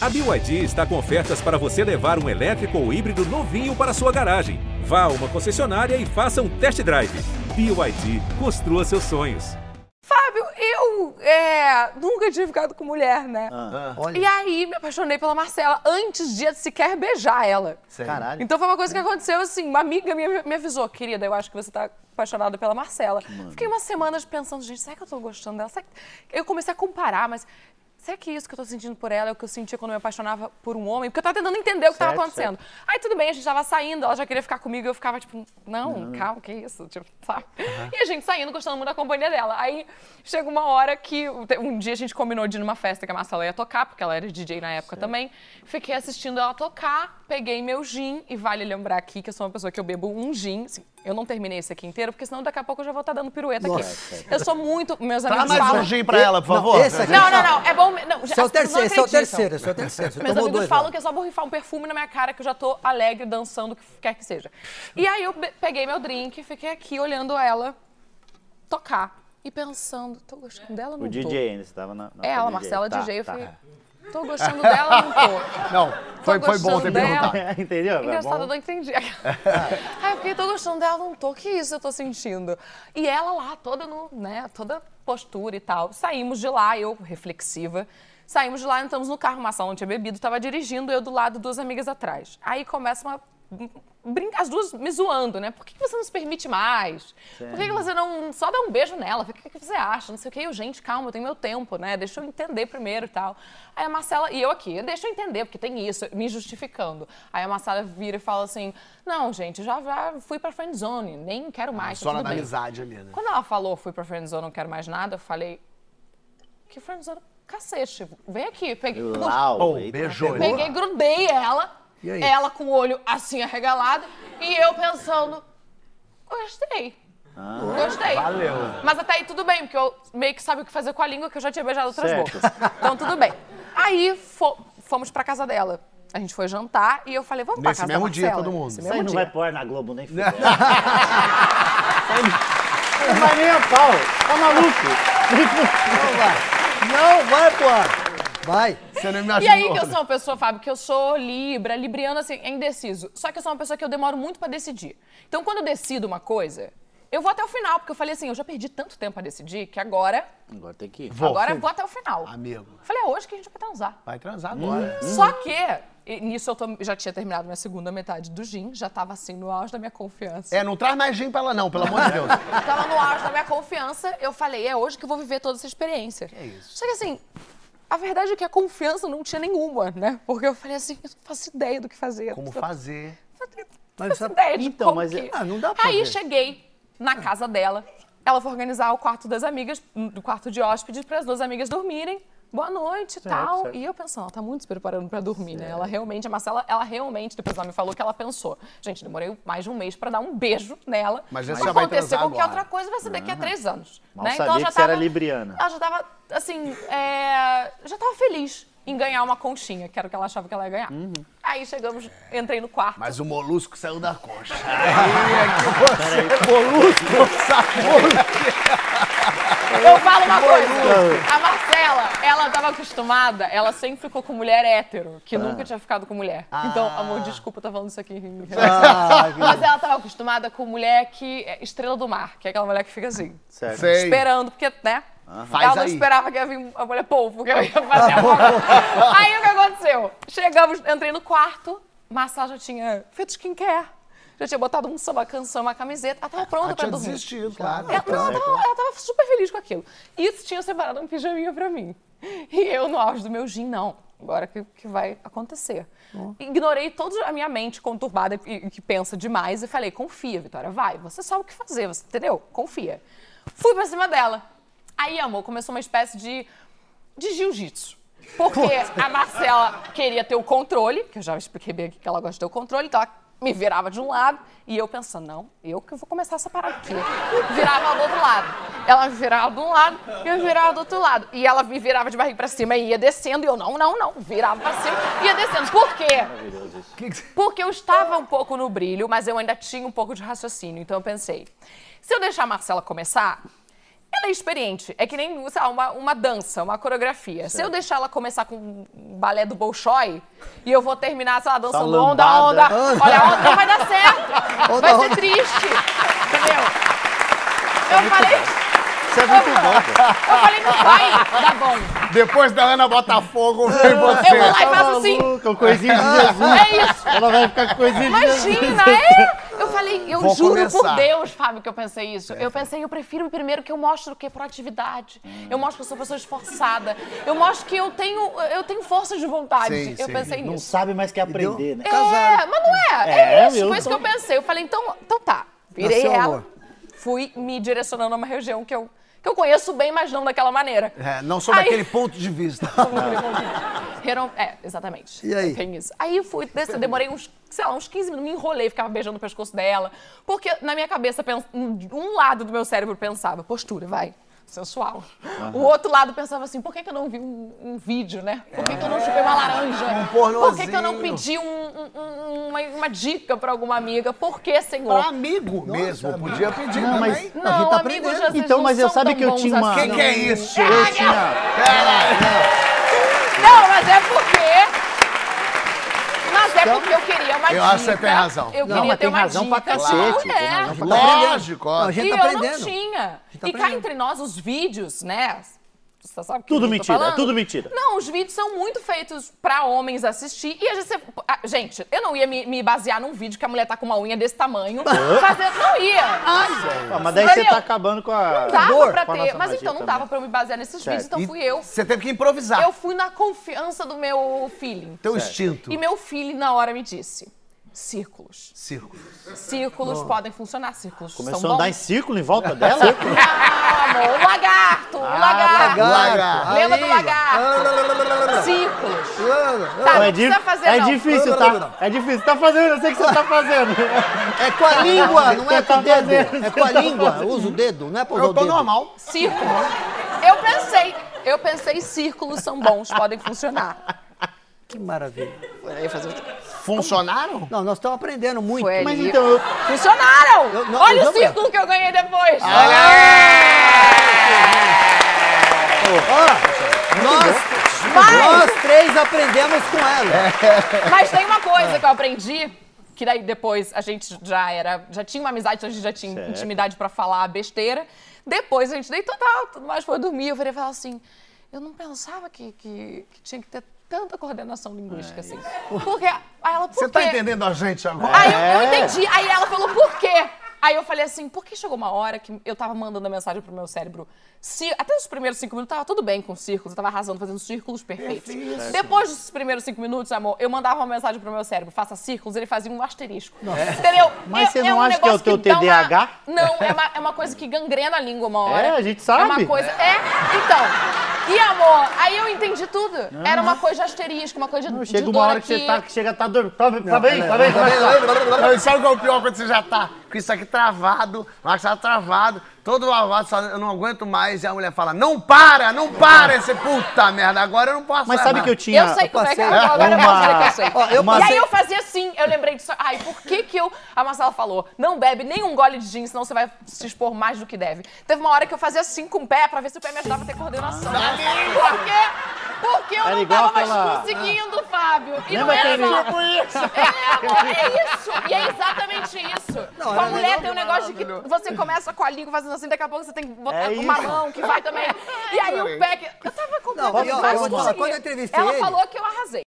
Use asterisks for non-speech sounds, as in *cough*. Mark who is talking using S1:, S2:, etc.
S1: A BYD está com ofertas para você levar um elétrico ou híbrido novinho para sua garagem. Vá a uma concessionária e faça um test drive. BYD, construa seus sonhos.
S2: Fábio, eu é, nunca tinha ficado com mulher, né?
S3: Ah,
S2: E aí me apaixonei pela Marcela antes de sequer beijar ela.
S4: Caralho.
S2: Então foi uma coisa que aconteceu assim, uma amiga minha me avisou, querida, eu acho que você tá apaixonada pela Marcela. Fiquei umas semanas pensando, gente, será que eu tô gostando dela? Será que- Eu comecei a comparar, mas será que isso que eu tô sentindo por ela é o que eu sentia quando eu me apaixonava por um homem? Porque eu tava tentando entender o que tava
S4: Certo,
S2: acontecendo. Aí tudo bem, a gente tava saindo, ela já queria ficar comigo, eu ficava tipo, não, calma, que isso, tipo, sabe? E a gente saindo, gostando muito da companhia dela. Aí chega uma hora que um dia a gente combinou de ir numa festa que a Marcela ia tocar, porque ela era DJ na época também. Fiquei assistindo ela tocar, peguei meu gin, e vale lembrar aqui que eu sou uma pessoa que eu bebo um gin, assim, eu não terminei esse aqui inteiro, porque senão daqui a pouco eu já vou estar dando pirueta aqui. Eu sou muito. Meus
S4: Dá
S2: amigos
S4: mais
S2: falam.
S4: um gin pra ela, por
S5: Não,
S4: favor.
S5: esse aqui-
S2: Não, não, não. É bom. Não, já-
S5: Esse é o
S2: as pessoas não
S5: terceiro, esse é o
S2: acreditam.
S5: terceiro, esse é o terceiro. Você
S2: Meus
S5: tomou
S2: amigos
S5: dois.
S2: falam
S5: ó.
S2: que é só borrifar um perfume na minha cara que eu já tô alegre, dançando, o que quer que seja. E aí eu be- peguei meu drink, fiquei aqui olhando ela tocar e pensando, tô gostando dela ou não
S3: O
S2: tô? É,
S3: DJ ainda, você tava na. na
S2: Ela,
S3: com o
S2: Marcela,
S3: Tá,
S2: DJ, eu
S3: tá.
S2: falei, tô gostando dela ou não tô?
S4: Não, foi,
S2: Tô
S4: foi bom você
S2: gostando dela.
S4: perguntar.
S3: Entendeu? É
S2: Engraçado, eu
S3: bom.
S2: não
S3: *laughs*
S2: entendi. *laughs* Aí eu fiquei, tô gostando dela, não tô. Que isso eu tô sentindo? E ela lá, toda no, né, toda postura e tal. Saímos de lá, eu reflexiva. Saímos de lá, entramos no carro, uma sala não tinha bebido, tava dirigindo, eu do lado, duas amigas atrás. Aí começa uma um, brinca, as duas me zoando, né? Por que que você não se permite mais? Por que que você não só dá um beijo nela? O que que você acha? Não sei o que. Eu, gente, calma, eu tenho meu tempo, né? Deixa eu entender primeiro e tal. Aí a Marcela, e eu aqui, deixa eu entender, porque tem isso, me justificando. Aí a Marcela vira e fala assim, não, gente, já, já fui pra friend zone, nem quero mais,
S4: Só
S2: tá
S4: na
S2: tudo bem.
S4: amizade ali, né?
S2: Quando ela falou, fui pra friendzone, não quero mais nada, eu falei, que friendzone? Cacete, vem aqui. Peguei, um
S3: Lau,
S4: Oh,
S2: tá
S3: eita.
S4: beijou ele.
S2: Peguei, grudei ela.
S5: E aí?
S2: Ela com o olho assim arregalado. E eu pensando, gostei. Gostei.
S4: Ah, Valeu.
S2: Mas até aí tudo bem, porque eu meio que sabia o que fazer com a língua, que eu já tinha beijado outras
S3: Certo.
S2: bocas. Então tudo bem. Aí fo- fomos pra casa dela. A gente foi jantar e eu falei, vamos pra
S4: Nesse
S2: casa da
S4: mesmo dia,
S2: Marcela.
S4: todo mundo.
S2: Esse
S3: Isso aí
S2: mesmo
S3: não
S2: dia.
S3: vai pôr na Globo nem fudeu. Isso aí não- Não vai nem a pau. Tá maluco?
S5: Não vai. Não vai, pô. Vai.
S4: Você não me
S2: E
S4: *laughs* ajudou.
S2: aí que eu sou uma pessoa, Fábio, que eu sou libra, libriana, assim, é indeciso. Só que eu sou uma pessoa que eu demoro muito pra decidir. Então, quando eu decido uma coisa, eu vou até o final, porque eu falei assim, eu já perdi tanto tempo pra decidir que agora,
S3: Agora tem que ir.
S4: Vou.
S2: agora eu vou até o final.
S4: Amigo,
S2: Falei, é hoje que a gente vai transar.
S4: vai transar agora.
S2: Só que, e nisso eu tô- já tinha terminado minha segunda metade do gin, já tava assim no auge da minha confiança.
S4: É, não traz mais gin pra ela não, pelo amor de Deus.
S2: Eu *laughs* tava no auge da minha confiança, eu falei, é hoje que eu vou viver toda essa experiência. Que
S4: isso?
S2: Só que assim, a verdade é que a confiança não tinha nenhuma, né? Porque eu falei assim, eu não faço ideia do que fazer.
S4: Como
S2: Eu não
S4: fazer?
S2: Mas
S5: Mas
S2: faço
S5: sabe-
S2: ideia de
S3: Então,
S2: como
S3: mas-
S2: que...
S5: ah, não dá pra
S2: Aí
S5: ver.
S2: cheguei na casa dela, ela foi organizar o quarto das amigas, hum, do quarto de hóspedes, para as duas amigas dormirem. Boa noite e tal. E eu pensando, ela tá muito se preparando pra dormir, né? Ela realmente, a Marcela, ela realmente, depois ela me falou que ela pensou. Gente, demorei mais de um mês pra dar um beijo nela.
S4: Mas
S2: Se
S4: essa já vai
S2: acontecer
S4: transar
S2: qualquer
S4: agora.
S2: outra coisa, vai ser daqui a três anos.
S3: Mal
S2: né?
S3: sabia
S2: ela já
S3: que você era libriana.
S2: Ela já tava, assim, é, já tava feliz em ganhar uma conchinha, que era o que ela achava que ela ia ganhar. Aí chegamos, entrei no quarto.
S4: Mas o molusco saiu da
S2: *laughs*
S4: coxa.
S2: Eu falo uma coisa. A Marcela, ela tava acostumada, ela sempre ficou com mulher hétero,
S4: Ah.
S2: que nunca tinha ficado com mulher. Então, amor, desculpa, eu tô falando isso aqui. em relação-
S4: Ah,
S2: Mas ela tava acostumada com mulher que é estrela do mar, que é aquela mulher que fica assim,
S3: Certo.
S4: Sei.
S2: esperando, porque, né?
S4: Faz
S2: ela não
S4: Ah. aí.
S2: esperava que ia vir a mulher polvo, que eu ia
S4: *laughs*
S2: fazer alguma coisa. Aí o que aconteceu? Chegamos, entrei no quarto, Marcela já tinha feito skincare, já tinha botado um samba canção, uma camiseta, ela tava pronta pra
S4: Ela Tá Ah, tinha
S2: dormir.
S4: desistido, claro.
S2: Ela, tá não, ela, tava, ela tava super feliz com aquilo. E tinha separado um pijaminha pra mim. E eu, no auge do meu gin, não. Agora que, que vai acontecer. Ignorei toda a minha mente conturbada e, e que pensa demais e falei: confia, Vitória, vai. Você sabe o que fazer, você, entendeu? Confia. Fui pra cima dela. Aí, amor, começou uma espécie de, de jiu-jitsu. Porque a Marcela queria ter o controle, que eu já expliquei bem aqui que ela gosta de ter o controle, então ela me virava de um lado e eu pensando, não, eu que vou começar essa parada aqui. Virava do outro lado. Ela me virava de um lado e eu virava do outro lado. E ela me virava de barriga pra cima e ia descendo e eu, não, não, não, virava pra cima e ia descendo. Por quê? Porque eu estava um pouco no brilho, mas eu ainda tinha um pouco de raciocínio. Então eu pensei, se eu deixar a Marcela começar, Ela é experiente. É que nem, sei lá, uma, uma dança, uma coreografia. Se eu deixar ela começar com um balé do Bolshoi e eu vou terminar, sei lá, dançando onda,
S3: lambada.
S2: onda.
S5: *laughs*
S2: Olha, onda não vai dar certo.
S5: Onda,
S2: vai ser
S5: onda.
S2: triste. Entendeu? eu falei.
S3: Isso é muito bom. cara.
S2: Eu falei, não vai dar bom.
S4: Depois da Ana Botafogo, vem
S2: Eu vou lá
S4: você.
S2: e faço assim.
S3: Maluca, o coisinho de Jesus.
S2: É isso.
S3: Ela vai ficar com coisinho de Jesus. *laughs*
S2: Imagina, é? Eu falei, eu
S4: Vou
S2: juro por
S4: começar.
S2: Deus, Fábio, que eu pensei isso. Eu pensei, eu prefiro primeiro que eu mostro que é proatividade. Eu mostro que eu sou pessoa esforçada. Eu mostro que eu tenho, eu tenho força de vontade.
S4: Sim,
S2: eu
S4: sim.
S2: pensei
S5: Não
S2: nisso.
S5: sabe mais que aprender, né?
S2: É, mas não é. É,
S3: É,
S2: isso,
S3: meu,
S2: foi isso que
S3: tô-
S2: eu pensei. Eu falei, então, então tá. Virei
S5: Nasceu
S2: ela,
S5: amor.
S2: fui me direcionando a uma região que eu, que eu conheço bem, mas não daquela maneira.
S4: É, não sou
S2: Aí-
S4: daquele ponto de vista.
S2: *laughs* Reram- É, exatamente.
S5: E aí?
S2: Tem isso. Aí eu fui, desse- eu demorei uns, sei lá, uns 15 minutos, me enrolei, ficava beijando o pescoço dela. Porque na minha cabeça, pens- um um lado do meu cérebro pensava, postura, vai. Sensual. O outro lado pensava assim: por que, que eu não vi um, um vídeo, né? Por que, que eu não chupei uma laranja?
S4: Um
S2: por que, que eu não
S4: pornozinho.
S2: pedi um- um- um- uma, uma dica pra alguma amiga? Por que, senhor?
S4: Pra amigo mesmo, podia pedir
S3: Não, mas
S4: também.
S3: a gente tá aprendendo. Então, mas eu sabe que eu tinha
S2: assim.
S3: uma-
S4: Que que é isso?
S2: Eu
S3: tinha-
S2: Não, mas é porque. Mas é porque eu queria uma
S4: Eu
S2: dica.
S4: acho que você tem razão.
S2: Eu
S3: Não,
S2: queria
S3: mas
S2: ter
S3: tem
S2: uma
S3: razão pra
S2: dica de
S3: cacete, tem
S2: mulher.
S3: razão pra
S2: E
S4: Lógico, ó.
S5: Não, a gente
S2: eu
S5: tá aprendendo.
S2: tá não tinha.
S5: tá
S2: e cá
S5: aprendendo.
S2: entre nós, os vídeos, né? Você sabe o que
S3: Tudo
S2: eu tô
S3: mentira,
S2: falando?
S3: tudo mentira.
S2: Não, os vídeos são muito feitos pra homens assistir. E a gente. você- ah, gente, eu não ia me, me basear num vídeo que a mulher tá com uma unha desse tamanho. Fazendo, não ia.
S3: Ah, mas daí você
S2: Entendeu?
S3: tá acabando com a.
S2: Não dava
S3: dor,
S2: pra
S3: com a
S2: ter.
S3: nossa
S2: Mas
S3: magia
S2: então não
S3: também.
S2: dava pra eu me basear nesses
S3: Certo.
S2: vídeos, então
S4: E
S2: fui eu.
S4: Você teve que improvisar.
S2: Eu fui na confiança do meu feeling.
S4: Teu instinto.
S2: E meu filho, na hora, me disse: círculos.
S4: Circo.
S2: Círculos podem funcionar, círculos
S3: Começou
S2: são
S3: a andar em
S2: bons. Ah,
S3: círculo em volta dela?
S2: Não, amor, o lagarto, o
S3: Ah,
S2: lagarto.
S5: lagarto.
S2: Lembra do
S5: Aí,
S2: lagarto? Círculos. Tá,
S3: Ah. Não,
S2: não
S3: é di-
S2: precisa fazer,
S3: é
S2: não.
S3: difícil, tá? É difícil. Tá fazendo, eu sei o que você tá fazendo.
S5: É com a língua, não é
S3: Você
S5: com
S3: tá
S5: o dedo.
S3: fazendo,
S5: É
S3: você
S5: com a
S3: tá
S5: língua,
S3: fazendo.
S5: usa o dedo, não é pra usar
S4: Eu
S5: o
S4: tô
S5: dedo.
S4: normal.
S2: Círculos. Eu pensei, eu pensei, círculos são bons, podem funcionar.
S5: Que maravilha.
S2: Peraí, fazer o quê?
S4: Funcionaram?
S5: Não, nós estamos aprendendo muito.
S2: Foi
S3: Mas
S2: ali.
S3: então eu.
S2: Funcionaram!
S5: Eu- não,
S2: Olha
S5: eu
S2: o
S5: também.
S2: círculo que eu ganhei depois.
S3: Ah,
S5: Ó, nós, nós três aprendemos com
S2: *laughs*
S5: ela.
S2: Mas tem uma coisa que eu aprendi, que daí depois a gente já era, já tinha uma amizade, então a gente já tinha
S3: Certo.
S2: intimidade pra falar besteira. Depois a gente deitou, tá, tudo mais, foi dormir, eu falei falar assim, eu não pensava que, que, que tinha que ter tanta coordenação linguística assim. Porque aí ela, por
S4: Você tá
S2: quê? Ah.
S4: entendendo a gente agora?
S2: Aí eu, eu entendi. Aí ela falou, por quê? Aí eu falei assim, porque chegou uma hora que eu tava mandando a mensagem pro meu cérebro. Se, até os primeiros cinco minutos tava tudo bem com círculos, eu tava arrasando, fazendo círculos perfeitos. Depois dos primeiros cinco minutos, amor, eu mandava uma mensagem pro meu cérebro, faça círculos, ele fazia um asterisco. Entendeu? um
S3: Mas você não acha que é o
S2: negócio
S3: teu
S2: dá uma-
S3: TDAH?
S2: Não, é uma, é uma coisa que gangrena a língua uma hora.
S3: É, a gente sabe.
S2: É uma coisa. É, então. E amor, aí eu entendi tudo. Era uma coisa de asterisco, uma coisa de.
S3: Não, Chega
S2: de
S3: uma
S2: dor
S3: hora que
S2: aqui.
S3: você tá, que chega a tá dormindo. Tá bem, tá bem, tá bem. tá bem.
S4: Não, e sabe o que é o pior quando você já tá com isso aqui travado, lá que você tá travado, todo lavado, só, eu não aguento mais. E a mulher fala: Não para, não para, esse puta merda, agora eu não posso
S3: Mas sabe que eu tinha.
S2: Eu sei como é que é.
S5: passei.
S2: Agora eu posso
S3: Uma-
S2: dizer que eu sei.
S5: Ó, eu
S2: E aí
S5: passei-
S2: eu fazia assim, eu lembrei disso. Ai, por que que eu... A Marcela falou, não bebe nenhum gole de gin, senão você vai se expor mais do que deve. Teve uma hora que eu fazia assim com o pé, pra ver se o pé me ajudava a ter coordenação. Por quê? Porque eu
S3: Era
S2: não
S3: igual
S2: tava mais
S3: aquela-
S2: conseguindo, Fábio. E
S3: Lembra
S2: não era
S3: aquele-
S2: só- é, amor, é isso. E é exatamente isso. com a
S5: era
S2: mulher tem um negócio de que você começa com a língua fazendo assim, daqui a pouco você tem que botar
S3: É
S2: com uma
S3: isso.
S2: mão que vai também. E aí o pé... que- Eu tava com
S5: Não, e ó, eu vou te falar, quando eu entrevistei
S2: ela
S5: ele-
S2: falou que eu arrasei.